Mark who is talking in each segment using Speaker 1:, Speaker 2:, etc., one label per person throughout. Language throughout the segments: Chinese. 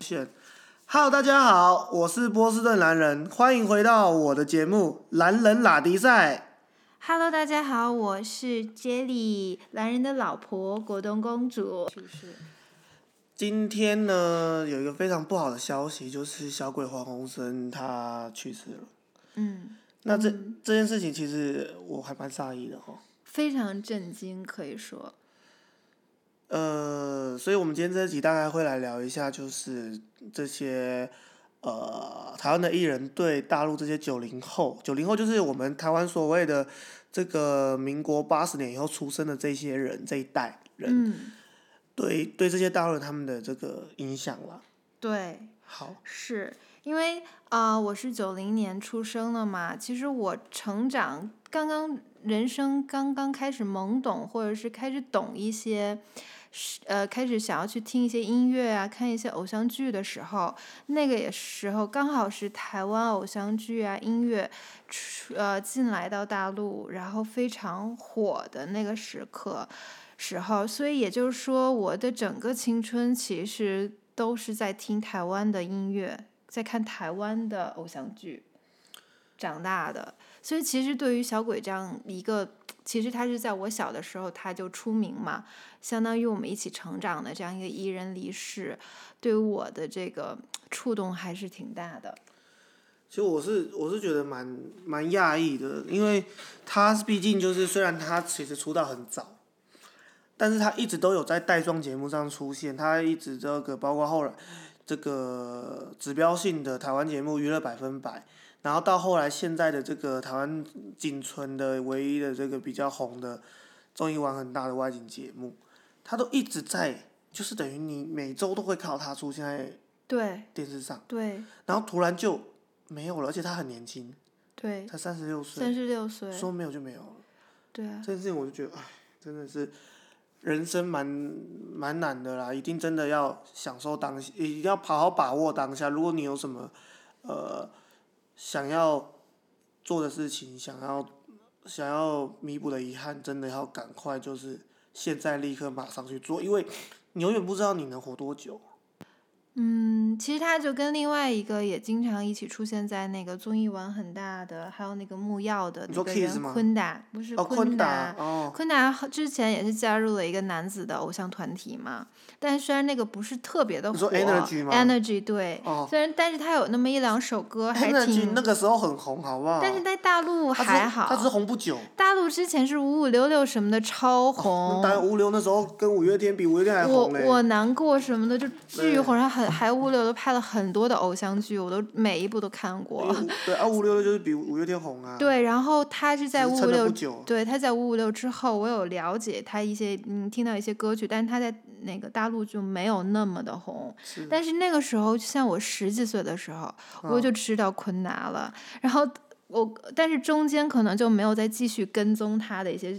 Speaker 1: 线。Hello，大家好，我是波士顿男人，欢迎回到我的节目《男人拉迪赛
Speaker 2: Hello，大家好，我是杰里，男人的老婆，果冻公主。是不是？》。
Speaker 1: 今天呢，有一个非常不好的消息，就是小鬼黄鸿升他去世了。
Speaker 2: 嗯，
Speaker 1: 那这、这件事情，其实我还蛮诧异的哦哈。
Speaker 2: 非常震惊，可以说，
Speaker 1: 呃，所以我们今天这集大概会来聊一下，就是这些呃台湾的艺人对大陆这些九零后，九零后就是我们台湾所谓的这个民国八十年以后出生的这些人这一代人，
Speaker 2: 嗯，
Speaker 1: 对对这些大陆人他们的这个影响啦。
Speaker 2: 对，
Speaker 1: 好，
Speaker 2: 是因为呃，我是九零年出生的嘛，其实我成长刚刚人生刚刚开始懵懂，或者是开始懂一些。是呃，开始想要去听一些音乐啊，看一些偶像剧的时候，那个也时候刚好是台湾偶像剧啊音乐出呃进来到大陆，然后非常火的那个时刻时候，所以也就是说，我的整个青春其实都是在听台湾的音乐，在看台湾的偶像剧长大的。所以其实对于小鬼这样一个，其实他是在我小的时候他就出名嘛，相当于我们一起成长的这样一个艺人离世，对于我的这个触动还是挺大的。
Speaker 1: 其实我是我是觉得蛮蛮讶异的，因为他毕竟就是虽然他其实出道很早，但是他一直都有在带妆节目上出现，他一直这个包括后来这个指标性的台湾节目《娱乐百分百》，然后到后来现在的这个呃台湾仅存的唯一的这个比较红的综艺玩很大的外景节目，他都一直在，就是等于你每周都会看到他出现在
Speaker 2: 对
Speaker 1: 电视上，
Speaker 2: 对
Speaker 1: 然后突然就没有了，而且他很年轻。
Speaker 2: 对，
Speaker 1: 才三十六岁，
Speaker 2: 三十六岁，
Speaker 1: 说没有就没有了。
Speaker 2: 对啊，
Speaker 1: 这件事情我就觉得，哎，真的是人生蛮蛮难的啦，一定真的要享受当下，一定要好好把握当下。如果你有什么呃想要做的事情，想要想要弥补的遗憾，真的要赶快就是现在立刻马上去做，因为你永远不知道你能活多久。
Speaker 2: 嗯，其实他就跟另外一个也经常一起出现在那个综艺玩很大的，还有那个木曜的
Speaker 1: 你
Speaker 2: 那
Speaker 1: 说
Speaker 2: 个
Speaker 1: Kiss
Speaker 2: 人
Speaker 1: 吗
Speaker 2: 昆达，不是
Speaker 1: 哦，昆
Speaker 2: 达
Speaker 1: 达，哦，
Speaker 2: 昆达后之前也是加入了一个男子的偶像团体嘛，但虽然那个不是特别的
Speaker 1: 你
Speaker 2: 火
Speaker 1: 说 Energy 吗
Speaker 2: ，Energy 对，
Speaker 1: 哦
Speaker 2: 虽然但是他有那么一两首歌还
Speaker 1: Energy
Speaker 2: 挺，
Speaker 1: 哎那个时候很红，好不好？
Speaker 2: 但是在大陆
Speaker 1: 他只
Speaker 2: 还
Speaker 1: 他只是
Speaker 2: 好，
Speaker 1: 红不久。
Speaker 2: 大陆之前是五五六六什么的
Speaker 1: 哦
Speaker 2: 超红，
Speaker 1: 当然，五六那时候跟五月天比，五月天还
Speaker 2: 哦我
Speaker 1: 红嘞。
Speaker 2: 我难过什么的就
Speaker 1: 对
Speaker 2: 巨火，然后很还五六都拍了很多的偶像剧，我都每一部都看
Speaker 1: 因
Speaker 2: 过
Speaker 1: 为。五对啊，五六就是比五月天红啊。，
Speaker 2: 对，然后他是在
Speaker 1: 只
Speaker 2: 五
Speaker 1: 是
Speaker 2: 五
Speaker 1: 撑得
Speaker 2: 六哦
Speaker 1: 不久。
Speaker 2: 对，他在五五六之后，我有了解他一些，嗯，听到一些歌曲，但是他在那个大陆就没有那么的红。
Speaker 1: 是
Speaker 2: 但是那个时候，就像我十几岁的时候，我
Speaker 1: 嗯
Speaker 2: 就知道昆达了，然后我，但是中间可能就没有再继续跟踪他的一些。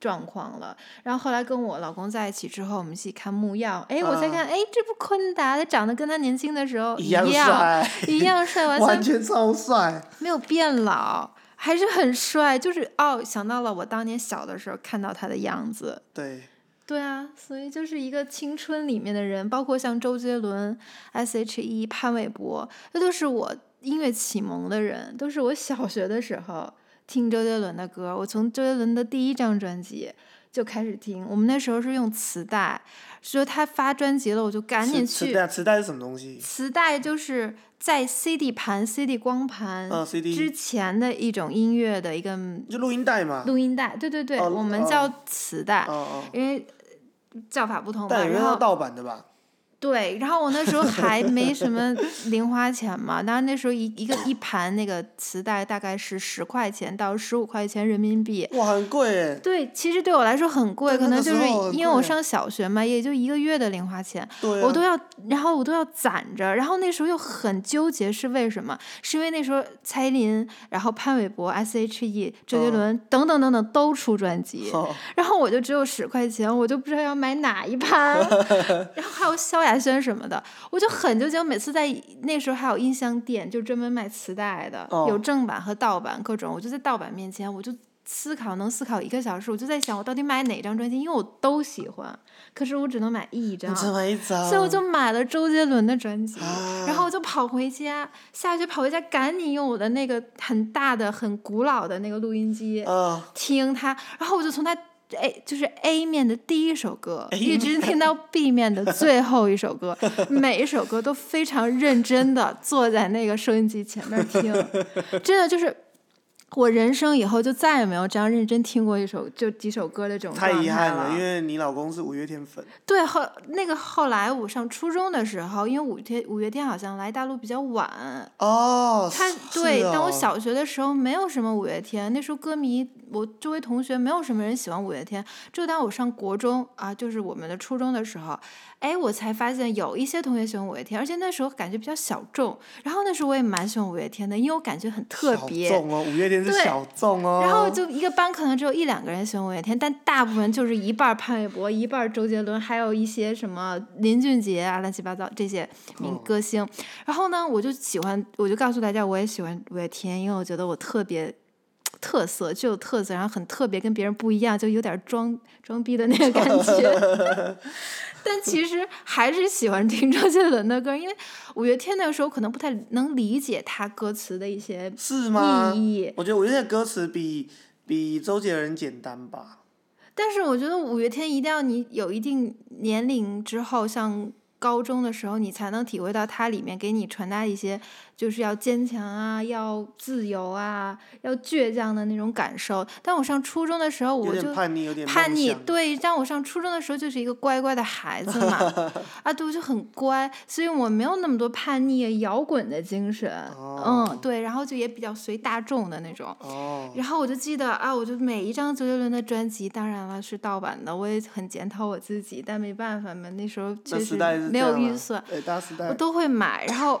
Speaker 2: 状况了，然后后来跟我老公在一起之后，我们一起看木曜，哎，我才
Speaker 1: 嗯
Speaker 2: 看，哎，这不昆达，他长得跟他年轻的时候
Speaker 1: 一
Speaker 2: 样
Speaker 1: 样，帅，
Speaker 2: 一 样帅，完全
Speaker 1: 完全超帅。
Speaker 2: 没有变老，还是很帅。就是哦，想到了我当年小的时候看到他的样子。
Speaker 1: 对，
Speaker 2: 对啊，所以就是一个青春里面的人，包括像周杰伦、S.H.E、潘玮柏，这都是我音乐启蒙的人，都是我小学的时候听周杰伦的歌。我从周杰伦的第一张专辑就开始听，我们那时候是用磁带，所以他发专辑了，我就赶紧
Speaker 1: 磁磁
Speaker 2: 去。
Speaker 1: 带磁带是什么东西？
Speaker 2: 磁带就是在 CD 盘、CD 光盘、
Speaker 1: 嗯
Speaker 2: 之
Speaker 1: ，CD
Speaker 2: 前的一种音乐的一个
Speaker 1: 就录音带嘛。
Speaker 2: 录音带，对对对，
Speaker 1: 哦
Speaker 2: 我们
Speaker 1: 哦
Speaker 2: 叫磁带，
Speaker 1: 哦哦，
Speaker 2: 因为叫法不同嘛。
Speaker 1: 但有没
Speaker 2: 然
Speaker 1: 有
Speaker 2: 后
Speaker 1: 盗版的吧？
Speaker 2: 对，然后我那时候 还没什么零花钱嘛，当然那时候一一个一盘那个磁带大概是十块钱到十五块钱人民币。
Speaker 1: 哇，很贵耶。
Speaker 2: 对，其实对我来说很贵，
Speaker 1: 对
Speaker 2: 可
Speaker 1: 那
Speaker 2: 能
Speaker 1: 个时
Speaker 2: 就是
Speaker 1: 候很
Speaker 2: 因为我
Speaker 1: 贵
Speaker 2: 上小学嘛，也就一个月的零花钱。
Speaker 1: 对啊。
Speaker 2: 我都要，然后我都要攒着，然后那时候又很纠结，是为什么？是因为那时候蔡依林，然后潘玮柏、S.H.E、周杰
Speaker 1: 嗯
Speaker 2: 伦等等等等都出专辑，
Speaker 1: 哦
Speaker 2: 然后我就只有十块钱，我就不知道要买哪一 盘，然后还有萧亚轩什么的，我就很纠结。我每次在那时候还有音像店，就专门卖磁带的，
Speaker 1: 哦
Speaker 2: 有正版和盗版各种，我就在盗版面前，我就思考能思考一个小时，我就在想我到底买哪张专辑，因为我都喜欢，可是我只能买一张
Speaker 1: 你，只买一张，
Speaker 2: 所以我就买了周杰伦的专辑，
Speaker 1: 嗯啊
Speaker 2: 然后我就跑回家，下学跑回家，赶紧用我的那个很大的、很古老的那个录音机
Speaker 1: 呃，
Speaker 2: 听它，然后我就从它 A 就是 A 面的第一首歌，
Speaker 1: A
Speaker 2: 一直听到 B 面的最后一 首歌，每一首歌都非常认真的坐在那个收音机前面听，真的就是。我人生以后就再也没有这样认真听过一首就几首歌的这种
Speaker 1: 太
Speaker 2: 状
Speaker 1: 遗
Speaker 2: 态
Speaker 1: 憾了，因为你老公是五月天粉，
Speaker 2: 对，后那个后来我上初中的时候，因为五天五月天好像来大陆比较晚，
Speaker 1: 哦，
Speaker 2: 他
Speaker 1: 是
Speaker 2: 对，
Speaker 1: 是
Speaker 2: 但我
Speaker 1: 哦
Speaker 2: 小学的时候没有什么五月天，那时候歌迷我周围同学没有什么人喜欢五月天，只有当我上国中啊，就是我们的初中的时候，哎，我才发现有一些同学喜欢五月天，而且那时候感觉比较小众，然后那时候我也蛮喜欢五月天的，因为我感觉很特别，
Speaker 1: 小众哦，五月天是
Speaker 2: 对
Speaker 1: 小众哦，
Speaker 2: 然后就一个班可能只有一两个人喜欢五月天，但大部分就是一半儿潘玮柏，一半儿周杰伦，还有一些什么林俊杰啊，乱七八糟这些名
Speaker 1: 哦
Speaker 2: 歌星。然后呢，我就喜欢，我就告诉大家我也喜欢五月天，因为我觉得我特别。特色具有特色，然后很特别，跟别人不一样，就有点装装逼的那个感觉。 但其实还是喜欢听周杰伦的歌，因为五月天那个时候可能不太能理解他歌词的一些
Speaker 1: 是吗？
Speaker 2: 意义。
Speaker 1: 我觉得五月天的歌词比比周杰伦简单吧，
Speaker 2: 但是我觉得五月天一定要你有一定年龄之后，像高中的时候，你才能体会到它里面给你传达一些就是要坚强啊，要自由啊，要倔强的那种感受。但我上初中的时候，
Speaker 1: 有
Speaker 2: 我就
Speaker 1: 点叛逆，有点
Speaker 2: 叛
Speaker 1: 梦
Speaker 2: 逆，
Speaker 1: 想
Speaker 2: 对。但我上初中的时候就是一个乖乖的孩子 嘛，啊，对，我就很乖，所以我没有那么多叛逆、摇滚的精神，
Speaker 1: 哦
Speaker 2: 嗯，对，然后就也比较随大众的那种。
Speaker 1: 哦，
Speaker 2: 然后我就记得啊，我就每一张周杰伦的专辑，当然了是盗版的，我也很检讨我自己，但没办法嘛，那时候
Speaker 1: 那
Speaker 2: 确实
Speaker 1: 时代是这
Speaker 2: 没有
Speaker 1: 样
Speaker 2: 预
Speaker 1: 啦
Speaker 2: 算，，
Speaker 1: 哎，大时
Speaker 2: 我
Speaker 1: 代
Speaker 2: 都会买。然后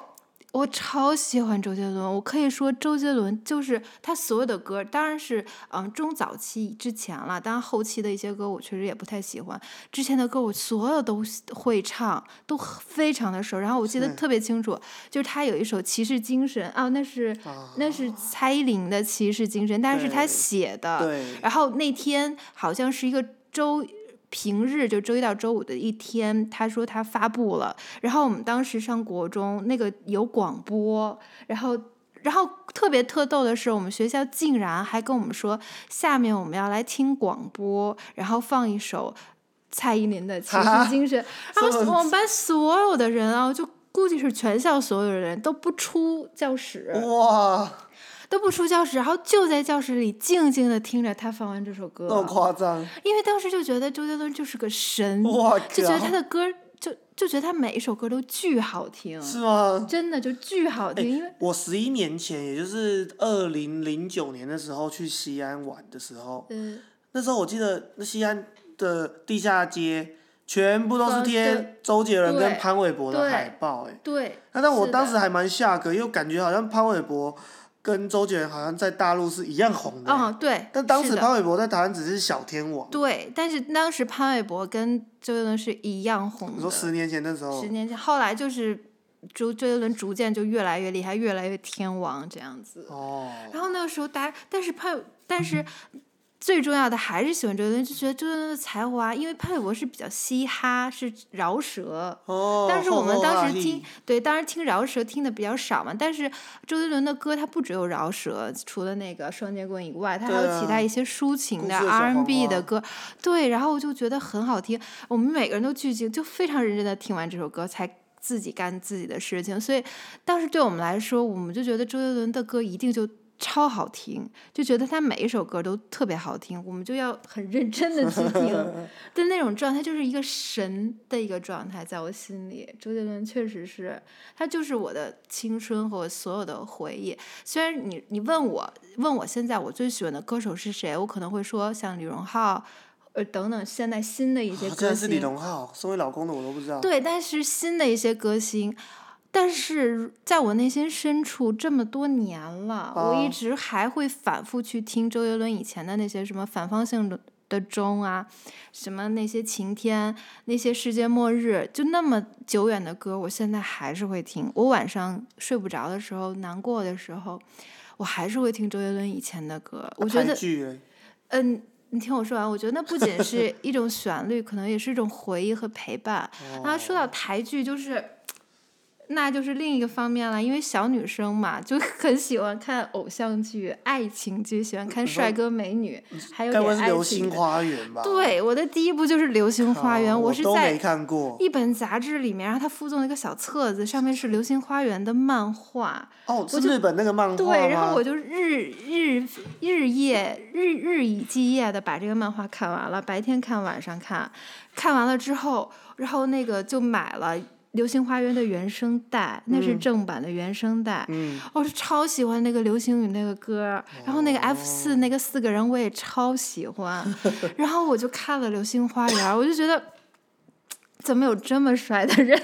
Speaker 2: 我超喜欢周杰伦，我可以说周杰伦就是他所有的歌，当然是嗯中早期之前了，当然后期的一些歌我确实也不太喜欢。之前的歌我所有都会唱，都非常的熟。然后我记得
Speaker 1: 是
Speaker 2: 特别清楚，就是他有一首《骑士精神》啊，那是。
Speaker 1: 啊，
Speaker 2: 那是蔡依林的《骑士精神》，但是他
Speaker 1: 对
Speaker 2: 写的。
Speaker 1: 对，
Speaker 2: 然后那天好像是一个周平日，就周一到周五的一天，他说他发布了。然后我们当时上国中，那个有广播，然后。然后特别特逗的是，我们学校竟然还跟我们说，下面我们要来听广播，然后放一首蔡依林的《骑
Speaker 1: 哈
Speaker 2: 士精神》，然
Speaker 1: 这么
Speaker 2: 后我们班所有的人啊，就估计是全校所有的人都不出教室，
Speaker 1: 哦哇，
Speaker 2: 都不出教室，然后就在教室里静静的听着他放完这首歌
Speaker 1: 那么，夸张，
Speaker 2: 因为当时就觉得周杰伦就是个神，
Speaker 1: 哇
Speaker 2: 嗯就觉得他
Speaker 1: 靠，
Speaker 2: 的歌儿就就觉得他每一首歌都巨好听，
Speaker 1: 是哎吗？
Speaker 2: 真的就巨好听，因为
Speaker 1: 我十一年前，也就是二零零九年的时候去西安玩的时候，
Speaker 2: 嗯
Speaker 1: 那时候我记得那西安的地下街全部都是
Speaker 2: 呃
Speaker 1: 贴周杰伦跟
Speaker 2: 对
Speaker 1: 潘玮柏的
Speaker 2: 对
Speaker 1: 海报、哎，
Speaker 2: 对，
Speaker 1: 那但我
Speaker 2: 是
Speaker 1: 当
Speaker 2: 的
Speaker 1: 时还蛮下格，因为感觉好像潘玮柏跟周杰伦好像在大陆是一样红的、
Speaker 2: 嗯对，
Speaker 1: 但当
Speaker 2: 是
Speaker 1: 时
Speaker 2: 的
Speaker 1: 潘玮柏在台湾只是小天王。
Speaker 2: 对，但是当时潘玮柏跟周杰伦是一样红
Speaker 1: 你
Speaker 2: 的
Speaker 1: 说，哦十年前那时候
Speaker 2: 十，年前，后来就是周周杰伦逐渐就越来越厉害，越来越天王这样子，
Speaker 1: 哦，
Speaker 2: 然后那个时候大家，但是潘，但是
Speaker 1: 嗯
Speaker 2: 最重要的还是喜欢周杰伦，就觉得周杰伦的才华，因为潘玮柏是比较嘻哈，是饶舌。
Speaker 1: 哦，
Speaker 2: 但是我们
Speaker 1: 后
Speaker 2: 当
Speaker 1: 后
Speaker 2: 时
Speaker 1: 来
Speaker 2: 听，对，当时听饶舌听的比较少嘛。但是周杰伦的歌他不只有饶舌，除了那个双截棍以外，他还
Speaker 1: 对
Speaker 2: 有其
Speaker 1: 啊
Speaker 2: 他一些抒情
Speaker 1: 故
Speaker 2: 的
Speaker 1: 事的小黄啊
Speaker 2: R&B 的
Speaker 1: 花
Speaker 2: 歌，对。然后我就觉得很好听，我们每个人都聚集，就非常认真的听完这首歌才。自己干自己的事情，所以当时对我们来说，我们就觉得周杰伦的歌一定就超好听，就觉得他每一首歌都特别好听，我们就要很认真的去 听的那种状态，就是一个神的一个状态，在我心里，周杰伦确实是，他就是我的青春和我所有的回忆。虽然你你问我问我现在我最喜欢的歌手是谁，我可能会说像李荣浩，呃等等现在新的一些
Speaker 1: 啊
Speaker 2: 歌星，
Speaker 1: 居然是李荣浩，身为老公的我都不知道。
Speaker 2: 对，但是新的一些歌星，但是在我内心深处，这么多年了，我一
Speaker 1: 哦
Speaker 2: 直还会反复去听周杰伦以前的那些什么反方向的的钟啊，什么那些晴天，那些世界末日，就那么久远的歌，我现在还是会听。我晚上睡不着的时候，难过的时候。我还是会听周杰伦以前的歌，
Speaker 1: 那
Speaker 2: 我觉
Speaker 1: 台
Speaker 2: 得
Speaker 1: 剧嘞
Speaker 2: 嗯、你听我说完，我觉得那不仅 是一种旋律，可能也是一种回忆和陪伴。那说
Speaker 1: 哦
Speaker 2: 到台剧，就是那就是另一个方面了，因为小女生嘛，就很喜欢看偶像剧、爱情剧，喜欢看帅哥美女，还有
Speaker 1: 该不会
Speaker 2: 点
Speaker 1: 是《
Speaker 2: 爱
Speaker 1: 流星
Speaker 2: 情。
Speaker 1: 花园》吧？
Speaker 2: 对，我的第一部就是《流星
Speaker 1: 靠，
Speaker 2: 花园》，
Speaker 1: 我
Speaker 2: 是
Speaker 1: 都
Speaker 2: 在
Speaker 1: 没看过。
Speaker 2: 一本杂志里面，然后它附赠了一个小册子，上面是《流星花园》的漫画。
Speaker 1: 哦，是日本那个漫画
Speaker 2: 对，然后
Speaker 1: 吗
Speaker 2: 我就日日日夜日日以继夜的把这个漫画看完了，白天看，晚上看，看完了之后，然后那个就买了《流星花园》的原声带，那是正版的原声带。哦
Speaker 1: 嗯，
Speaker 2: 我是超喜欢那个流星雨那个歌儿，然后那个 F
Speaker 1: 哦
Speaker 2: 四那个四个人我也超喜欢，然后我就看了《流星花园》，我就觉得怎么有这么帅的人？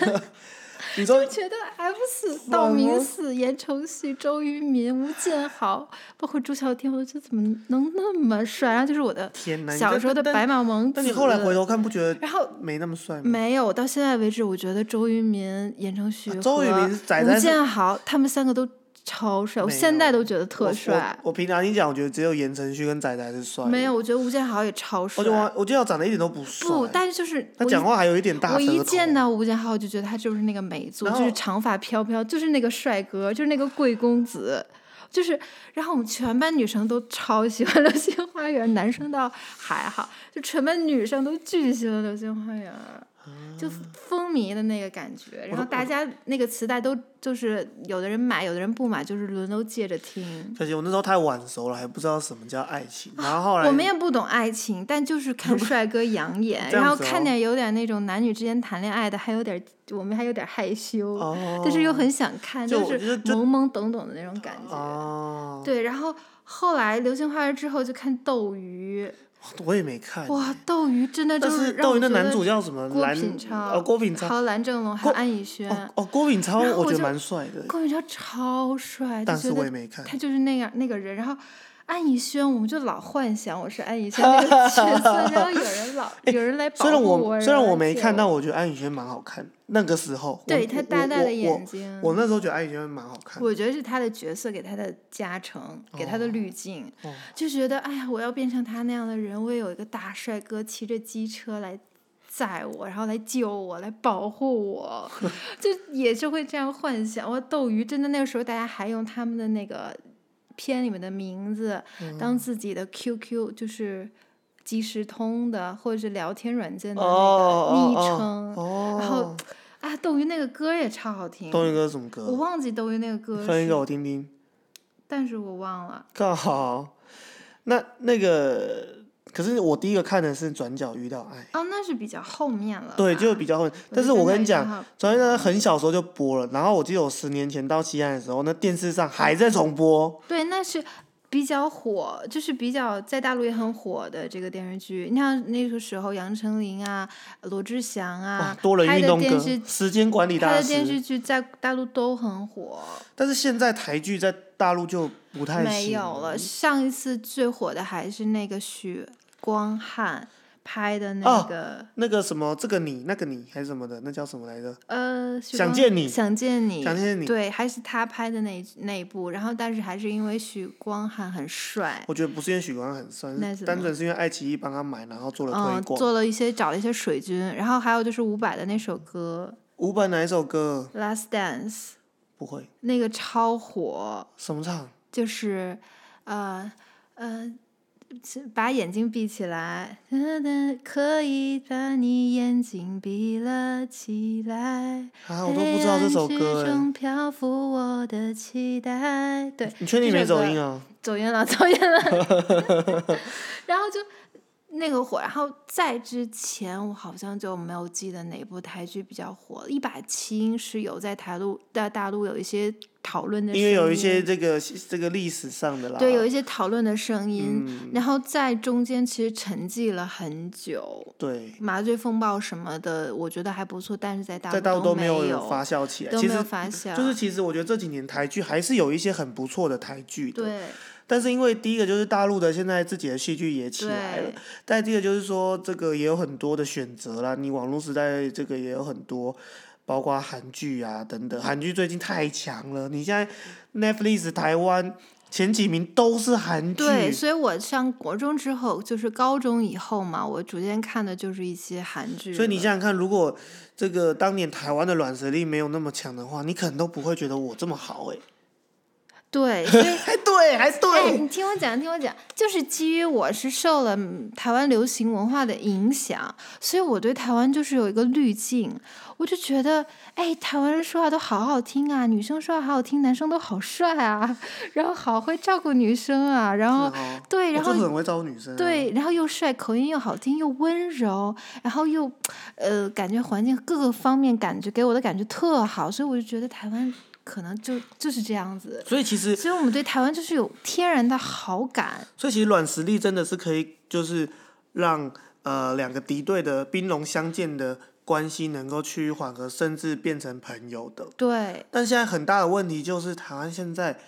Speaker 1: 你说
Speaker 2: 觉得 F 四、道
Speaker 1: 嗯
Speaker 2: 明寺、言承旭、周渝民、吴建豪，包括朱孝天，我觉得怎么能那么帅？然后就是我的
Speaker 1: 天哪，你
Speaker 2: 小
Speaker 1: 这
Speaker 2: 时候的
Speaker 1: 但
Speaker 2: 白马王子。
Speaker 1: 但你后来回头看，不觉得
Speaker 2: 然后
Speaker 1: 没那么帅吗？
Speaker 2: 没有，到现在为止，我觉得周渝民、言承旭、和
Speaker 1: 啊周渝民是宅在
Speaker 2: 吴建豪他们三个都超帅，我
Speaker 1: 没
Speaker 2: 现在
Speaker 1: 有
Speaker 2: 都觉得
Speaker 1: 我
Speaker 2: 特
Speaker 1: 我
Speaker 2: 帅。
Speaker 1: 我平常一讲，我觉得只有言承旭跟仔仔是帅的。
Speaker 2: 没有，我觉得吴建豪也超帅
Speaker 1: 我觉。得王我觉得我长得一点都不帅。
Speaker 2: 啊不，但是就是
Speaker 1: 他
Speaker 2: 我
Speaker 1: 讲
Speaker 2: 一
Speaker 1: 话还有一点大舌
Speaker 2: 我
Speaker 1: 头。
Speaker 2: 一见到吴建豪，我就觉得他就是那个美族，
Speaker 1: 然
Speaker 2: 就是
Speaker 1: 后
Speaker 2: 长发飘飘，就是那个帅哥，就是那个贵公子，就是。然后我们全班女生都超喜欢《流星花园》，男生倒还好，就全班女生都巨喜欢《流星花园》，就风靡的那个感觉。然后大家那个磁带都就是有的人买，有的人不买，就是轮流借着听。
Speaker 1: 可惜我那时候太晚熟了，还不知道什么叫爱情。然后后来
Speaker 2: 啊我们也不懂爱情，但就是看帅哥 养眼，
Speaker 1: 这样
Speaker 2: 然后
Speaker 1: 子
Speaker 2: 看
Speaker 1: 哦
Speaker 2: 点有点那种男女之间谈恋爱的，还有点我们还有点害羞。
Speaker 1: 哦，
Speaker 2: 但是又很想看，
Speaker 1: 就
Speaker 2: 就
Speaker 1: 我觉
Speaker 2: 是
Speaker 1: 得就
Speaker 2: 懵懵懂懂的那种感觉。
Speaker 1: 哦，
Speaker 2: 对，然后后来《流星花园》之后就看《斗鱼
Speaker 1: 我也没看》，。
Speaker 2: 哇，《斗鱼》真的就
Speaker 1: 哎但是
Speaker 2: 让
Speaker 1: 斗
Speaker 2: 我
Speaker 1: 鱼
Speaker 2: 觉
Speaker 1: 的男
Speaker 2: 得
Speaker 1: 主叫什么？
Speaker 2: 郭
Speaker 1: 蓝
Speaker 2: 品超、
Speaker 1: 哦，郭品超。
Speaker 2: 还有蓝正龙，还
Speaker 1: 郭
Speaker 2: 有安以轩。
Speaker 1: 哦哦，郭品超
Speaker 2: 然后
Speaker 1: 我
Speaker 2: 我
Speaker 1: 觉得
Speaker 2: 就
Speaker 1: 蛮帅的，
Speaker 2: 郭品超超帅，就
Speaker 1: 但
Speaker 2: 觉
Speaker 1: 是我也
Speaker 2: 得
Speaker 1: 没看。
Speaker 2: 他就是那样那个人。然后安以轩，我们就老幻想我是安以轩那个角 色，然后有人老有人来保
Speaker 1: 哎虽然
Speaker 2: 护
Speaker 1: 我
Speaker 2: 我
Speaker 1: 虽然
Speaker 2: 我
Speaker 1: 我没看，但
Speaker 2: 到，
Speaker 1: 我觉得安以轩蛮好看。那个时候，我
Speaker 2: 对他
Speaker 1: 我
Speaker 2: 大大
Speaker 1: 我
Speaker 2: 的
Speaker 1: 我
Speaker 2: 眼睛。
Speaker 1: 我那时候觉得安以轩蛮好看。
Speaker 2: 我觉得是他的角色给他的加成，给他的滤
Speaker 1: 哦
Speaker 2: 镜，就觉得哎呀，我要变成他那样的人，我也有一个大帅哥骑着机车来载我，然后来救我，来保护 我，就也是会这样幻想。我斗鱼真的那个时候，大家还用他们的那个片里面的名字
Speaker 1: 嗯
Speaker 2: 当自己的 QQ，就是即时通的或者是聊天软件的那个昵称。
Speaker 1: 哦，
Speaker 2: 然后啊，斗鱼那个歌也超好听。
Speaker 1: 东云哥什么
Speaker 2: 我
Speaker 1: 歌？
Speaker 2: 忘记斗鱼那个歌
Speaker 1: 分一
Speaker 2: 是
Speaker 1: 个我听听。
Speaker 2: 但是我忘了。
Speaker 1: 靠，那那个可是我第一个看的是《转角遇到爱》，
Speaker 2: 哦，那是比较后面了吧。
Speaker 1: 对，就比较后面。但是
Speaker 2: 就
Speaker 1: 我
Speaker 2: 真的
Speaker 1: 跟你
Speaker 2: 已经
Speaker 1: 讲，
Speaker 2: 好
Speaker 1: 《转角遇到爱》很小时候就播了，然后我记得我十年前到西安的时候，那电视上还在重播。
Speaker 2: 对，那是比较火，就是比较在大陆也很火的这个电视剧。你像那个时候，杨丞琳啊、罗志祥
Speaker 1: 哇
Speaker 2: 啊，，
Speaker 1: 多人
Speaker 2: 拍
Speaker 1: 运
Speaker 2: 的
Speaker 1: 动
Speaker 2: 电
Speaker 1: 哥
Speaker 2: 视，
Speaker 1: 时间管理
Speaker 2: 拍
Speaker 1: 大
Speaker 2: 的电视
Speaker 1: 师。
Speaker 2: 剧在大陆都很火，
Speaker 1: 但是现在台剧在大陆就不太
Speaker 2: 没
Speaker 1: 行
Speaker 2: 有了。上一次最火的还是那个许光汉拍的那
Speaker 1: 哦
Speaker 2: 个、
Speaker 1: 那个什么，这个你，那个你，还是什么的，那叫什么来着？
Speaker 2: 呃，许
Speaker 1: 想
Speaker 2: 光
Speaker 1: 见你
Speaker 2: 想见你，
Speaker 1: 想见你
Speaker 2: 对，还是他拍的那一那一部，然后但是还是因为许光汉很帅，
Speaker 1: 我觉得不是因为许光汉很帅
Speaker 2: 那是，什
Speaker 1: 单
Speaker 2: 么
Speaker 1: 纯是因为爱奇艺帮他买，然后做了推
Speaker 2: 嗯，
Speaker 1: 广。
Speaker 2: 做了一些找了一些水军，然后还有就是伍佰的那首歌
Speaker 1: 伍佰哪一首歌？
Speaker 2: 《Last Dance》，
Speaker 1: 不会，
Speaker 2: 那个超火，
Speaker 1: 什么唱？
Speaker 2: 就是呃呃，是把眼睛闭起来，噔噔可以把你眼睛闭了起来。
Speaker 1: 啊，我都不知道这首歌
Speaker 2: 黑暗之
Speaker 1: 哎。
Speaker 2: 中漂浮我的期待，对，
Speaker 1: 你确定
Speaker 2: 这
Speaker 1: 没
Speaker 2: 首
Speaker 1: 走
Speaker 2: 歌
Speaker 1: 音啊？
Speaker 2: 走音了， 走音了。然后就那个火，然后在之前我好像就没有记得哪部台剧比较火。一把青是有在台陆在大陆有一些讨论的声
Speaker 1: 因
Speaker 2: 音，
Speaker 1: 为有一些这个这个历史上的啦。
Speaker 2: 对有一些讨论的声音，
Speaker 1: 嗯，
Speaker 2: 然后在中间其实沉寂了很久。
Speaker 1: 对，
Speaker 2: 麻醉风暴什么的，我觉得还不错，但是在大
Speaker 1: 在大陆
Speaker 2: 都
Speaker 1: 都
Speaker 2: 没
Speaker 1: 没有发酵起来。
Speaker 2: 都
Speaker 1: 其
Speaker 2: 没有
Speaker 1: 实
Speaker 2: 发酵，
Speaker 1: 就是其实我觉得这几年台剧还是有一些很不错的台剧的，
Speaker 2: 对
Speaker 1: 但是因为第一个就是大陆的现在自己的戏剧也起来了
Speaker 2: 对，
Speaker 1: 再第一个就是说这个也有很多的选择啦，你网络时代这个也有很多。包括韩剧啊等等，韩剧最近太强了。你现在 Netflix 台湾前几名都是韩剧，
Speaker 2: 对，所以我上国中之后，就是高中以后嘛，我逐渐看的就是一些韩剧了。
Speaker 1: 所以你想想看，如果这个当年台湾的软实力没有那么强的话，你可能都不会觉得我这么好哎、
Speaker 2: 对，所以
Speaker 1: 还对，还
Speaker 2: 哎，
Speaker 1: 对，
Speaker 2: 你听我讲，听我讲，就是基于我是受了嗯台湾流行文化的影响，所以我对台湾就是有一个滤镜，我就觉得，哎，台湾人说话都好好听啊，女生说话好好听，男生都好帅啊，然后好会照顾女生啊，然后
Speaker 1: 是哦
Speaker 2: 对，然
Speaker 1: 我
Speaker 2: 后
Speaker 1: 真的很会招女生、啊，
Speaker 2: 对，然后又帅，口音又好听，又温柔，然后又，呃，感觉环境各个方面感觉给我的感觉特好，所以我就觉得台湾可能就就是这样子，
Speaker 1: 所以其实，
Speaker 2: 所以我们对台湾就是有天然的好感。
Speaker 1: 所以其实软实力真的是可以，就是让呃两个敌对的兵戎相见的关系能够趋于缓和，甚至变成朋友的。
Speaker 2: 对，
Speaker 1: 但现在很大的问题就是台湾现在，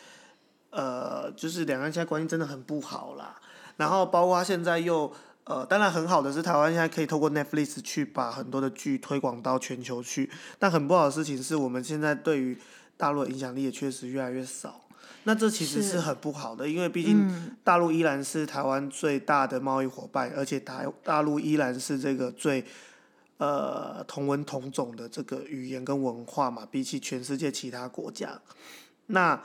Speaker 1: 呃，就是两岸现在关系真的很不好啦。然后包括现在又呃，当然很好的是台湾现在可以透过 Netflix 去把很多的剧推广到全球去，但很不好的事情是我们现在对于大陆的影响力也确实越来越少。那这其实
Speaker 2: 是
Speaker 1: 是很不好的，因为毕竟大陆依然是台湾最大的贸易伙伴，而且台大陆依然是这个最呃同文同种的这个语言跟文化嘛，比起全世界其他国家，那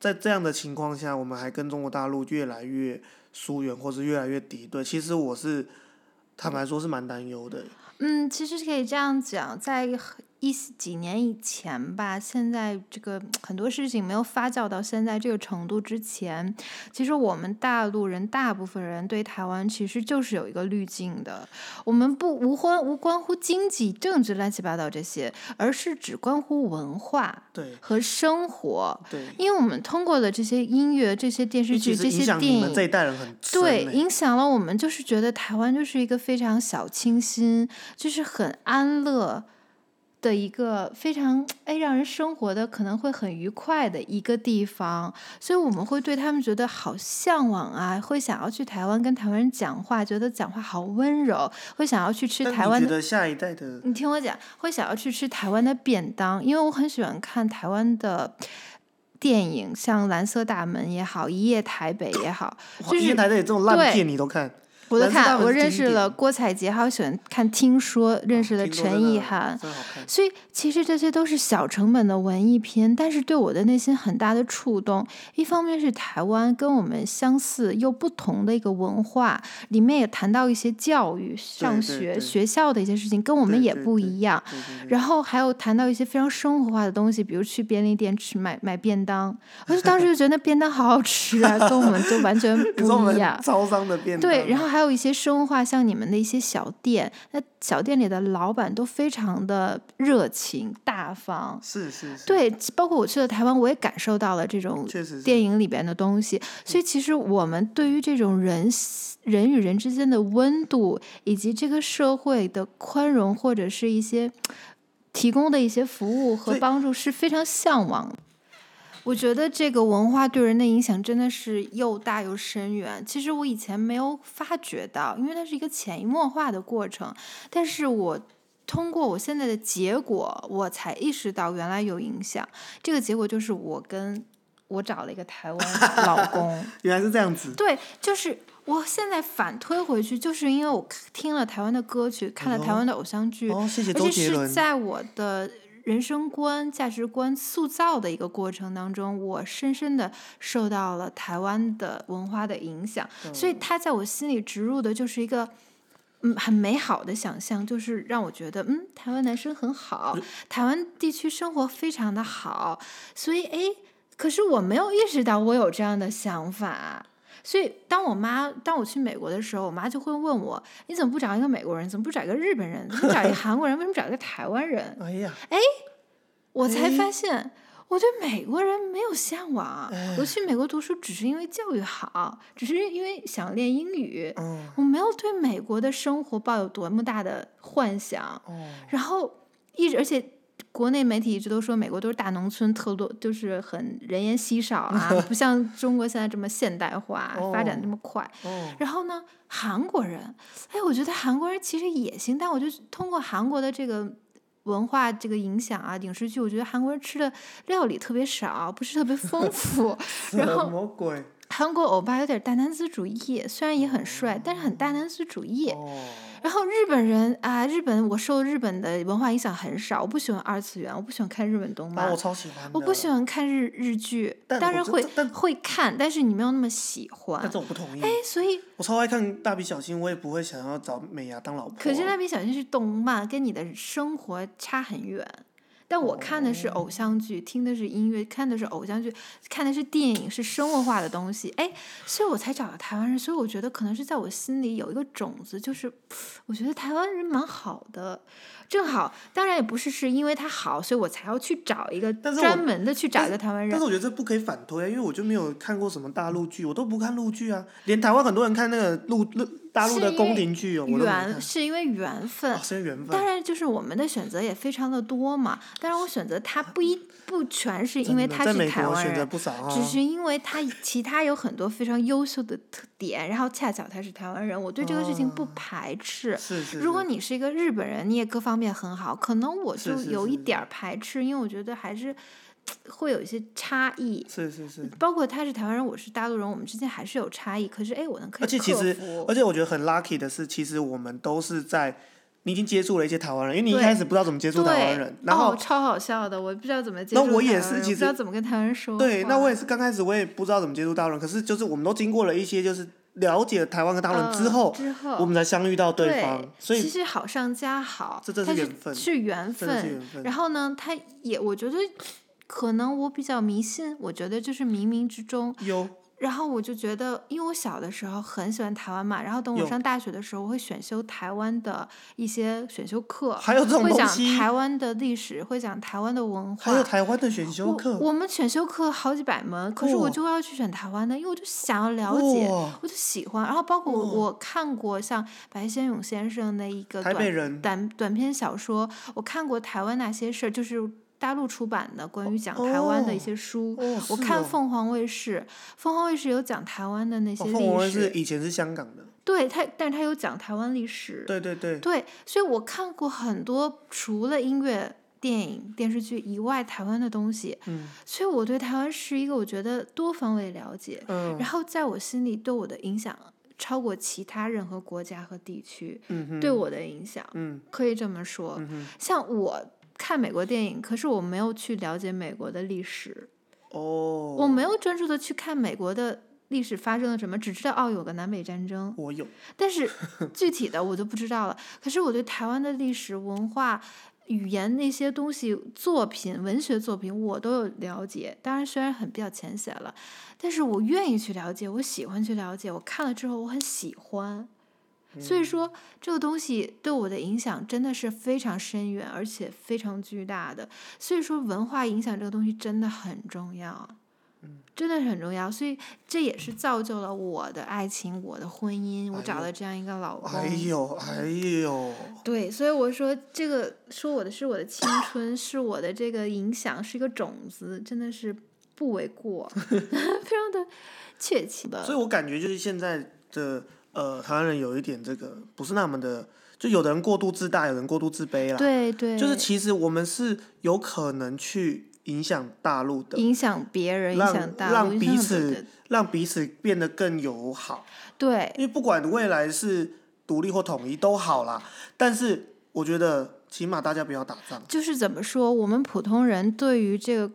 Speaker 1: 在这样的情况下，我们还跟中国大陆越来越疏远，或是越来越敌对。其实我是坦白说，是蛮担忧的。
Speaker 2: 嗯，其实是可以这样讲，在很一些几年以前吧，现在这个很多事情没有发酵到现在这个程度之前，其实我们大陆人大部分人对台湾其实就是有一个滤镜的，我们不无关无关乎经济、政治乱七八糟这些，而是只关乎文化
Speaker 1: 对
Speaker 2: 和生活。
Speaker 1: 对，
Speaker 2: 因为我们通过了这些音乐、这些电视
Speaker 1: 其
Speaker 2: 剧、
Speaker 1: 实影
Speaker 2: 些
Speaker 1: 响
Speaker 2: 电
Speaker 1: 你
Speaker 2: 影
Speaker 1: 们，这一代人很深、
Speaker 2: 对
Speaker 1: 欸。，
Speaker 2: 影响了我们，就是觉得台湾就是一个非常小清新，就是很安乐的一个非常哎让人生活的可能会很愉快的一个地方，所以我们会对他们觉得好向往啊，会想要去台湾跟台湾人讲话，觉得讲话好温柔，会想要去吃
Speaker 1: 但
Speaker 2: 台
Speaker 1: 你
Speaker 2: 湾
Speaker 1: 觉
Speaker 2: 的。嗯
Speaker 1: 得下一代的
Speaker 2: 你听我讲，会想要去吃台湾的便当，因为我很喜欢看台湾的电影，像《蓝色大门》也好，《一夜台北》也好，
Speaker 1: 哇
Speaker 2: 就是
Speaker 1: 一台的这种烂
Speaker 2: 对
Speaker 1: 片你都看？
Speaker 2: 我都
Speaker 1: 蓝色大
Speaker 2: 看，
Speaker 1: 门
Speaker 2: 我
Speaker 1: 是
Speaker 2: 认
Speaker 1: 经
Speaker 2: 识了
Speaker 1: 典
Speaker 2: 郭采洁，还有喜欢看《听说》，认识了
Speaker 1: 哦听说真
Speaker 2: 陈
Speaker 1: 的
Speaker 2: 意涵。
Speaker 1: 真好看。
Speaker 2: 所以其实这些都是小成本的文艺片，但是对我的内心很大的触动。一方面是台湾跟我们相似又不同的一个文化，里面也谈到一些教育、上
Speaker 1: 对
Speaker 2: 学、
Speaker 1: 对
Speaker 2: 学校的一些事情，跟我们
Speaker 1: 对
Speaker 2: 也
Speaker 1: 对
Speaker 2: 不
Speaker 1: 对
Speaker 2: 一样。
Speaker 1: 对对对
Speaker 2: 然后还有谈到一些非常生活化的东西，比如去便利店吃买买便当，我就当时就觉得那便当好好吃啊，跟我们就完全
Speaker 1: 你说我
Speaker 2: 不
Speaker 1: 们
Speaker 2: 一样。
Speaker 1: 招商的变
Speaker 2: 对，然后还有一些生活化，像你们的一些小店，那小店里的老板都非常的热情大方。
Speaker 1: 是是是，
Speaker 2: 对，包括我去了台湾，我也感受到了这种
Speaker 1: 确实是
Speaker 2: 电影里边的东西。所以其实我们对于这种人人与人之间的温度，以及这个社会的宽容，或者是一些提供的一些服务和
Speaker 1: 所以
Speaker 2: 帮助，是非常向往的。我觉得这个文化对人的影响真的是又大又深远。其实我以前没有发觉到，因为它是一个潜移默化的过程。但是我通过我现在的结果，我才意识到原来有影响。这个结果就是我跟我找了一个台湾老 公，
Speaker 1: 原来是这样子。
Speaker 2: 对，就是我现在反推回去，就是因为我看听了台湾的歌曲，看了
Speaker 1: 哎呦
Speaker 2: 台湾的偶像剧，
Speaker 1: 哦，谢谢
Speaker 2: 而
Speaker 1: 周
Speaker 2: 且
Speaker 1: 杰
Speaker 2: 是
Speaker 1: 伦。
Speaker 2: 在我的人生观、价值观塑造的一个过程当中，我深深的受到了台湾的文化的影响，
Speaker 1: 嗯
Speaker 2: 所以它在我心里植入的就是一个。嗯，很美好的想象，就是让我觉得，嗯，台湾男生很好，台湾地区生活非常的好，所以，哎，可是我没有意识到我有这样的想法，所以当我妈当我去美国的时候，我妈就会问我，你怎么不找一个美国人？怎么不找一个日本人？怎么不找一个韩国人？为什么找一个台湾人？
Speaker 1: 哎呀，
Speaker 2: 我才
Speaker 1: 哎
Speaker 2: 发现，我对美国人没有向往。我去美国读书只是因为教育好，只是因为想练英语。
Speaker 1: 嗯，
Speaker 2: 我没有对美国的生活抱有多么大的幻想。
Speaker 1: 哦，
Speaker 2: 然后一直而且。国内媒体一直都说美国都是大农村，特多就是很人烟稀少啊，不像中国现在这么现代化，啊发展这么快。
Speaker 1: 哦，
Speaker 2: 然后呢，韩国人，哎，我觉得韩国人其实也行，但我就通过韩国的这个文化这个影响啊，影视剧，我觉得韩国人吃的料理特别少，不是特别丰富，
Speaker 1: 什
Speaker 2: 然后
Speaker 1: 么鬼？
Speaker 2: 韩国欧巴有点大男子主义，虽然也很帅，但是很大男子主义。
Speaker 1: 哦，
Speaker 2: 然后日本人啊，日本我受日本的文化影响很少，我不喜欢二次元，我不喜欢看日本动
Speaker 1: 啊，
Speaker 2: 漫，
Speaker 1: 我超喜欢的。
Speaker 2: 我不喜欢看日日剧，
Speaker 1: 但
Speaker 2: 当
Speaker 1: 我
Speaker 2: 然
Speaker 1: 知
Speaker 2: 会
Speaker 1: 但
Speaker 2: 会看，但是你没有那么喜
Speaker 1: 但
Speaker 2: 欢。
Speaker 1: 这我不同意。
Speaker 2: 哎，所以
Speaker 1: 我超爱看《大笔小新》，我也不会想要找美伢当老婆。啊
Speaker 2: 可是蜡笔小新是动漫，跟你的生活差很远。但我看的是
Speaker 1: 哦
Speaker 2: 偶像剧，听的是音乐，看的是偶像剧，看的是电影，是生活化的东西。哎，所以我才找到台湾人。所以我觉得可能是在我心里有一个种子，就是我觉得台湾人蛮好的。正好，当然也不是是因为他好，所以我才要去找一个
Speaker 1: 但是我
Speaker 2: 专门的去找一个台湾
Speaker 1: 但
Speaker 2: 人。
Speaker 1: 是我觉得这不可以反推啊，因为我就没有看过什么大陆剧，我都不看陆剧啊，连台湾很多人看那个陆陆大陆
Speaker 2: 是
Speaker 1: 的
Speaker 2: 因
Speaker 1: 宫
Speaker 2: 为
Speaker 1: 廷剧哦，我都没看
Speaker 2: 缘。是因为缘分，
Speaker 1: 哦，是因为缘分
Speaker 2: 当。然，就是我们的选择也非常的多嘛。当然，我选择他不一不全是因为
Speaker 1: 真的
Speaker 2: 他
Speaker 1: 在
Speaker 2: 是
Speaker 1: 美
Speaker 2: 台
Speaker 1: 国
Speaker 2: 湾
Speaker 1: 选择
Speaker 2: 人，
Speaker 1: 不少啊，
Speaker 2: 只是因为他其他有很多非常优秀的特点，然后恰巧他是台湾人，我对这个事情不排斥。
Speaker 1: 是哦是。
Speaker 2: 如果
Speaker 1: 是
Speaker 2: 你是一个日本人，你也各方面很好，可能我
Speaker 1: 是
Speaker 2: 就是有一
Speaker 1: 是
Speaker 2: 点儿排斥，因为我觉得还是会有一些差异。
Speaker 1: 是是是，
Speaker 2: 包括他是台湾人，我是大陆人，我们之间还是有差异。可是，哎，我能可
Speaker 1: 而
Speaker 2: 以
Speaker 1: 且其
Speaker 2: 克
Speaker 1: 实
Speaker 2: 服。
Speaker 1: 而且我觉得很 lucky 的是，其实我们都是在你已经接触了一些台湾人，因为你一
Speaker 2: 对
Speaker 1: 开始不知道怎么接触台湾
Speaker 2: 对
Speaker 1: 人，然后
Speaker 2: 哦、超好笑的，我不知道怎么接
Speaker 1: 那
Speaker 2: 触
Speaker 1: 我
Speaker 2: 台
Speaker 1: 也
Speaker 2: 湾
Speaker 1: 是
Speaker 2: 人
Speaker 1: 其
Speaker 2: 我不知道
Speaker 1: 实
Speaker 2: 怎么跟台湾人说
Speaker 1: 对，那
Speaker 2: 话
Speaker 1: 我也是刚开始我也不知道怎么接触大陆人，可是就是我们都经过了一些就是了解台湾跟大陆人之
Speaker 2: 嗯
Speaker 1: 后，
Speaker 2: 之后
Speaker 1: 我们才相遇到
Speaker 2: 对
Speaker 1: 方，所
Speaker 2: 其
Speaker 1: 以
Speaker 2: 实好上加好，
Speaker 1: 这真是
Speaker 2: 但
Speaker 1: 缘分
Speaker 2: 是缘
Speaker 1: 真的是
Speaker 2: 分
Speaker 1: 缘分
Speaker 2: 然后呢，他也我觉得可能我比较迷信，我觉得就是冥冥之中。
Speaker 1: 有
Speaker 2: 然后我就觉得，因为我小的时候很喜欢台湾嘛，然后等我
Speaker 1: 有
Speaker 2: 上大学的时候，我会选修台湾的一些选修课，
Speaker 1: 还有这种
Speaker 2: 会
Speaker 1: 东
Speaker 2: 讲
Speaker 1: 西，
Speaker 2: 台湾的历史，会讲台湾的文化，
Speaker 1: 还有台湾的选修
Speaker 2: 我
Speaker 1: 课，哦
Speaker 2: 我们选修课好几百门，可是我
Speaker 1: 哇
Speaker 2: 就要去选台湾的，因为我就想要了解，
Speaker 1: 哇
Speaker 2: 我就喜欢。然后包括我
Speaker 1: 哇
Speaker 2: 我看过像白先勇先生的一个
Speaker 1: 台
Speaker 2: 短
Speaker 1: 北人
Speaker 2: 短短篇小说，我看过台湾那些事儿，就是大陆出版的关于讲台湾的一
Speaker 1: 哦
Speaker 2: 些书。
Speaker 1: 哦，
Speaker 2: 我
Speaker 1: 是
Speaker 2: 看
Speaker 1: 哦
Speaker 2: 凤凰卫视，凤凰卫视有讲台湾的那些
Speaker 1: 哦凤凰
Speaker 2: 历
Speaker 1: 卫视
Speaker 2: 史，
Speaker 1: 以前是香港的，
Speaker 2: 对他，但是他有讲台湾历史。
Speaker 1: 对对对，
Speaker 2: 对，所以我看过很多除了音乐、电影、电视剧以外台湾的东西，
Speaker 1: 嗯
Speaker 2: 所以我对台湾是一个我觉得多方位了解，
Speaker 1: 嗯
Speaker 2: 然后在我心里对我的影响超过其他任何国家和地区
Speaker 1: 嗯哼
Speaker 2: 对我的影响，
Speaker 1: 嗯
Speaker 2: 可以这么说。
Speaker 1: 嗯哼
Speaker 2: 像我看美国电影，可是我没有去了解美国的历史，
Speaker 1: 哦，
Speaker 2: 我没有专注的去看美国的。历史发生了什么？只知道哦，有个南北战争，
Speaker 1: 我有，
Speaker 2: 但是 具体的我就不知道了。可是我对台湾的历史文化、语言那些东西、作品、文学作品，我都有了解。当然，虽然很比较浅显了，但是我愿意去了解，我喜欢去了解。我看了之后，我很喜欢。所以
Speaker 1: 嗯
Speaker 2: 说，这个东西对我的影响真的是非常深远，而且非常巨大的。所以说，文化影响这个东西真的很重要，
Speaker 1: 嗯
Speaker 2: 真的是很重要。所以这也是造就了我的爱情，我的婚姻，我
Speaker 1: 哎
Speaker 2: 找
Speaker 1: 呦
Speaker 2: 了这样一个老公。
Speaker 1: 哎呦哎呦，
Speaker 2: 嗯对，所以我说这个说我的是我的青春，是我的这个影响，是一个种子，真的是不为 过， 非常的确切吧
Speaker 1: 所。以我感觉就是现在的呃台湾人有一点这个不是那么的，就有的人过度自大，有人过度自卑啦，
Speaker 2: 对对，
Speaker 1: 就是其实我们是有可能去影响大陆的，
Speaker 2: 影响别人，影
Speaker 1: 让
Speaker 2: 响大
Speaker 1: 让
Speaker 2: 陆，影
Speaker 1: 彼
Speaker 2: 响很多
Speaker 1: 此
Speaker 2: 人
Speaker 1: 让彼此变得更友好。
Speaker 2: 对
Speaker 1: 因为不管未来是独立或统一都好啦，但是我觉得起码大家不要打仗。
Speaker 2: 就是怎么说，我们普通人对于这个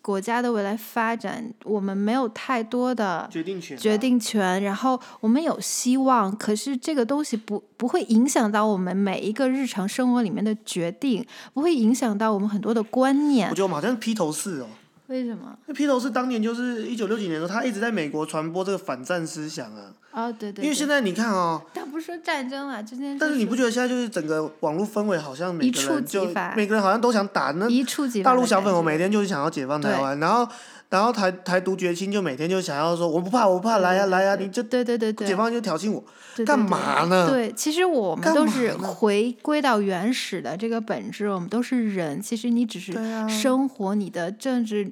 Speaker 2: 国家的未来发展，我们没有太多的
Speaker 1: 决定权、啊
Speaker 2: 决。定权，然后我们有希望，可是这个东西不不会影响到我们每一个日常生活里面的决定，不会影响到我们很多的观
Speaker 1: 我
Speaker 2: 念
Speaker 1: 觉。得我们好像是披头士哦、
Speaker 2: 为什么？
Speaker 1: 那披头士当年就是一九六几年的时候，他一直在美国传播这个反战思想啊。
Speaker 2: 哦，对对
Speaker 1: 因为现在你看哦、
Speaker 2: 但不是说战争了，之前
Speaker 1: 但是你
Speaker 2: 说
Speaker 1: 不觉得现在就是整个网络氛围好像每
Speaker 2: 一
Speaker 1: 个
Speaker 2: 触
Speaker 1: 人
Speaker 2: 即
Speaker 1: 就
Speaker 2: 发
Speaker 1: 每个人好像都想打那
Speaker 2: 一触即发
Speaker 1: 大
Speaker 2: 的
Speaker 1: 陆小
Speaker 2: 感
Speaker 1: 粉红
Speaker 2: 觉
Speaker 1: 每天就是想要解放台湾，然后然后台台独决心就每天就想要说我不怕我不怕来呀、啊来呀、你就
Speaker 2: 对对对对，
Speaker 1: 解放就挑衅我，
Speaker 2: 对对
Speaker 1: 干
Speaker 2: 对
Speaker 1: 嘛呢
Speaker 2: 对，其实我们
Speaker 1: 干
Speaker 2: 都
Speaker 1: 嘛
Speaker 2: 是
Speaker 1: 呢
Speaker 2: 回归到原始的这个本质，我们都是人。其实你只是
Speaker 1: 对啊
Speaker 2: 生活、你的政治、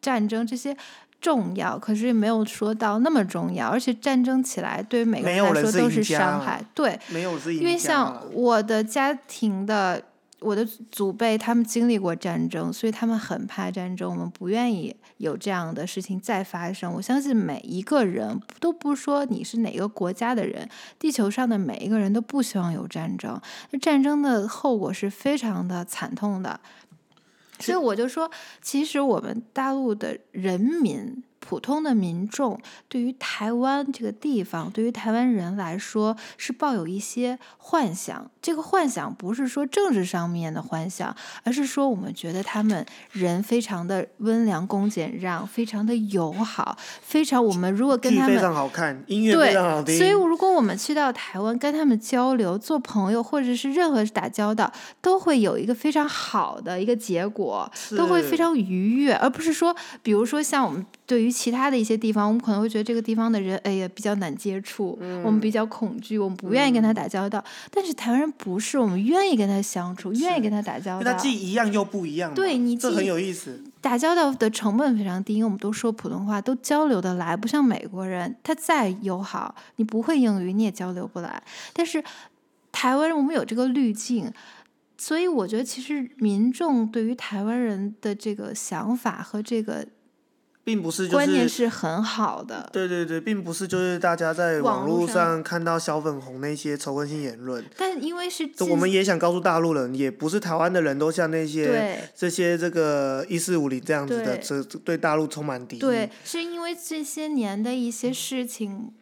Speaker 2: 战争这些重要，可是没有说到那么重要。而且战争起来，对于每个
Speaker 1: 没
Speaker 2: 人
Speaker 1: 有
Speaker 2: 来
Speaker 1: 人
Speaker 2: 说
Speaker 1: 是
Speaker 2: 都
Speaker 1: 赢
Speaker 2: 是
Speaker 1: 家
Speaker 2: 伤
Speaker 1: 啊
Speaker 2: 害。对，
Speaker 1: 没有是赢
Speaker 2: 因为
Speaker 1: 家
Speaker 2: 像
Speaker 1: 啦
Speaker 2: 我的家庭的我的祖辈他们经历过战争，所以他们很怕战争。我们不愿意有这样的事情再发生。我相信每一个人都不说你是哪个国家的人，地球上的每一个人都不希望有战争。那战争的后果是非常的惨痛的，所以我就说，其实我们大陆的人民。普通的民众对于台湾这个地方，对于台湾人来说是抱有一些幻想。这个幻想不是说政治上面的幻想，而是说我们觉得他们人非常的温良恭俭让，非常的友好，非常我们如果跟
Speaker 1: 剧
Speaker 2: 他
Speaker 1: 非
Speaker 2: 们
Speaker 1: 常好看，音乐非常好
Speaker 2: 对，
Speaker 1: 听。
Speaker 2: 所以如果我们去到台湾跟他们交流、做朋友，或者是任何打交道，都会有一个非常好的一个结果，都会非
Speaker 1: 是
Speaker 2: 常愉悦，而不是说，比如说像我们对于其他的一些地方，我们可能会觉得这个地方的人，哎呀比较难接触，我们比较恐惧，我们不愿意跟他打交道。但是台湾人不是，我们愿意跟他相处，愿意跟他打交
Speaker 1: 因
Speaker 2: 道。
Speaker 1: 为它既一样又不一样嘛，
Speaker 2: 对你
Speaker 1: 这
Speaker 2: 既
Speaker 1: 很有意思。
Speaker 2: 打交道的成本非常低，因为我们都说普通话，都交流得来，不像美国人，他再友好，你不会英语你也交流不来。但是台湾人我们有这个滤镜，所以我觉得其实民众对于台湾人的这个想法和这个
Speaker 1: 并不是就
Speaker 2: 观念
Speaker 1: 是
Speaker 2: 是很好的。
Speaker 1: 对对对，并不是就是大家在网
Speaker 2: 网络
Speaker 1: 络
Speaker 2: 上
Speaker 1: 上看到小粉红那些仇恨性言论，
Speaker 2: 但因为是
Speaker 1: 这我
Speaker 2: 近
Speaker 1: 们也想告诉大陆人，也不是台湾的人都像那些
Speaker 2: 对
Speaker 1: 这些这个一四五零这样子的，
Speaker 2: 对
Speaker 1: 这这对大陆充满敌意。
Speaker 2: 对，是因为这些年的一些事情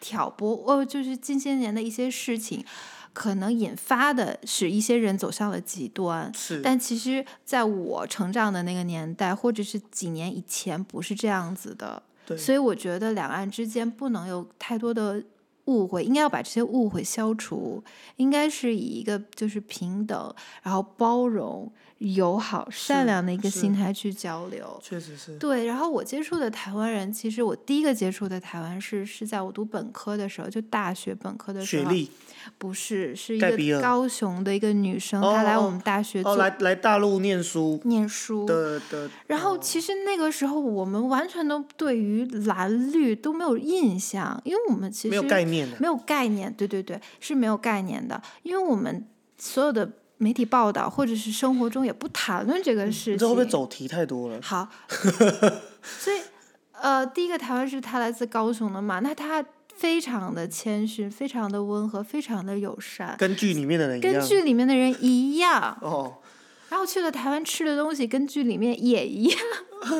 Speaker 2: 挑拨，哦，就是近些年的一些事情，可能引发的使一些人走向了极端。
Speaker 1: 是，
Speaker 2: 但其实，在我成长的那个年代，或者是几年以前，不是这样子的。
Speaker 1: 对
Speaker 2: 所以我觉得两岸之间不能有太多的误会，应该要把这些误会消除，应该是以一个就是平等，然后包容、友好、善
Speaker 1: 是
Speaker 2: 良的一个
Speaker 1: 是
Speaker 2: 心态去交流。
Speaker 1: 确实是。
Speaker 2: 对，然后我接触的台湾人，其实我第一个接触的台湾是是在我读本科的时候，就大学本科的时
Speaker 1: 雪
Speaker 2: 候，
Speaker 1: 莉
Speaker 2: 不是是一
Speaker 1: 盖比
Speaker 2: 个
Speaker 1: 尔
Speaker 2: 高雄的一个女生，
Speaker 1: 哦
Speaker 2: 她来
Speaker 1: 哦
Speaker 2: 我们大学
Speaker 1: 哦，
Speaker 2: 做
Speaker 1: 来来大陆念书
Speaker 2: 念书。
Speaker 1: 的的，
Speaker 2: 然后
Speaker 1: 哦
Speaker 2: 其实那个时候我们完全都对于蓝绿都没有印象，因为我们其实
Speaker 1: 没有概念的、啊
Speaker 2: 没有概念，对对对，是没有概念的，因为我们所有的媒体报道或者是生活中也不谈论这个事
Speaker 1: 嗯
Speaker 2: 情。
Speaker 1: 你这会不会走题太多了？
Speaker 2: 好，所以呃，第一个台湾是他来自高雄的嘛，那他非常的谦逊，非常的温和，非常的友善，
Speaker 1: 跟剧里面的人一
Speaker 2: 跟
Speaker 1: 样。
Speaker 2: 剧里面的人一样。
Speaker 1: 哦，
Speaker 2: 然后去了台湾吃的东西跟剧里面也一样，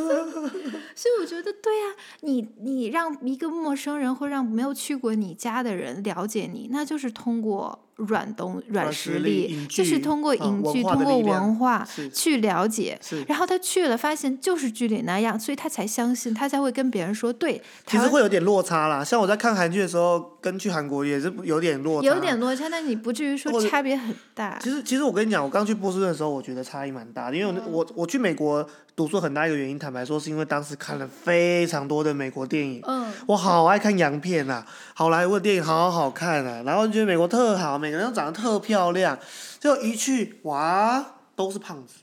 Speaker 2: 所以我觉得对呀、你你让一个陌生人或让没有去过你家的人了解你，那就是通过软东软
Speaker 1: 软
Speaker 2: 实
Speaker 1: 实力影
Speaker 2: 就是
Speaker 1: 剧
Speaker 2: 通过
Speaker 1: 啊
Speaker 2: 影
Speaker 1: 文
Speaker 2: 剧，
Speaker 1: 化
Speaker 2: 通
Speaker 1: 的
Speaker 2: 过
Speaker 1: 力量
Speaker 2: 文化
Speaker 1: 是
Speaker 2: 去了解。
Speaker 1: 是，
Speaker 2: 然后他去了，发现就是剧里那样，所以他才相信，他才会跟别人说，对，
Speaker 1: 其
Speaker 2: 台
Speaker 1: 实
Speaker 2: 湾
Speaker 1: 会有点落差啦。像我在看韩剧的时候，跟去韩国也是有点落差。
Speaker 2: 有点落差，但你不至于
Speaker 1: 或
Speaker 2: 说
Speaker 1: 者
Speaker 2: 差别很大。
Speaker 1: 其实，其实我跟你讲，我刚去波士顿的时候，我觉得差异蛮大的，因为我
Speaker 2: 嗯
Speaker 1: 我我去美国读书很大一个原因，坦白说，是因为当时看了非常多的美国电影，
Speaker 2: 嗯，
Speaker 1: 我好爱看洋片啊，好莱坞的电影好好看啊，然后觉得美国特好，每个人都长得特漂亮，就一去哇，都是胖子，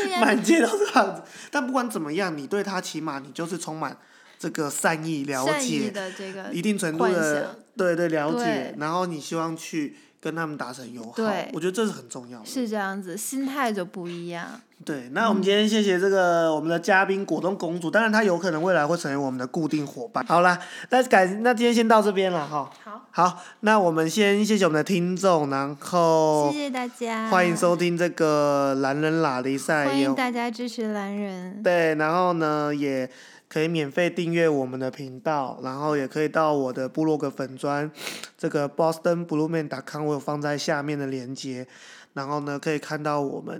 Speaker 2: 对呀、
Speaker 1: 满街都是胖子。但不管怎么样，你对他起码你就是充满这个善意、了
Speaker 2: 善意
Speaker 1: 解，
Speaker 2: 的这个
Speaker 1: 一定程度
Speaker 2: 幻
Speaker 1: 的
Speaker 2: 想
Speaker 1: 对对了解
Speaker 2: 对，
Speaker 1: 然后你希望去跟他们达成友好
Speaker 2: 对，
Speaker 1: 我觉得这是很重要的。
Speaker 2: 是这嗯样子，心态就不一样。
Speaker 1: 对，那我们今天谢谢这个我们的嘉宾果冻公主，当然她有可能未来会成为我们的固定伙伴。好啦，那感那今天先到这边了哈。
Speaker 2: 好，
Speaker 1: 好，那我们先谢谢我们的听众，然后
Speaker 2: 谢谢大家，
Speaker 1: 哦欢迎，收听这个《懒人拉力赛》
Speaker 2: 欢
Speaker 1: 也
Speaker 2: 迎大家支持蓝人，
Speaker 1: 对，然后呢也可以免费订阅我们的频道，然后也可以到我的部落格粉砖，这个 Boston Blue Man.com 我有放在下面的链接，然后呢可以看到我们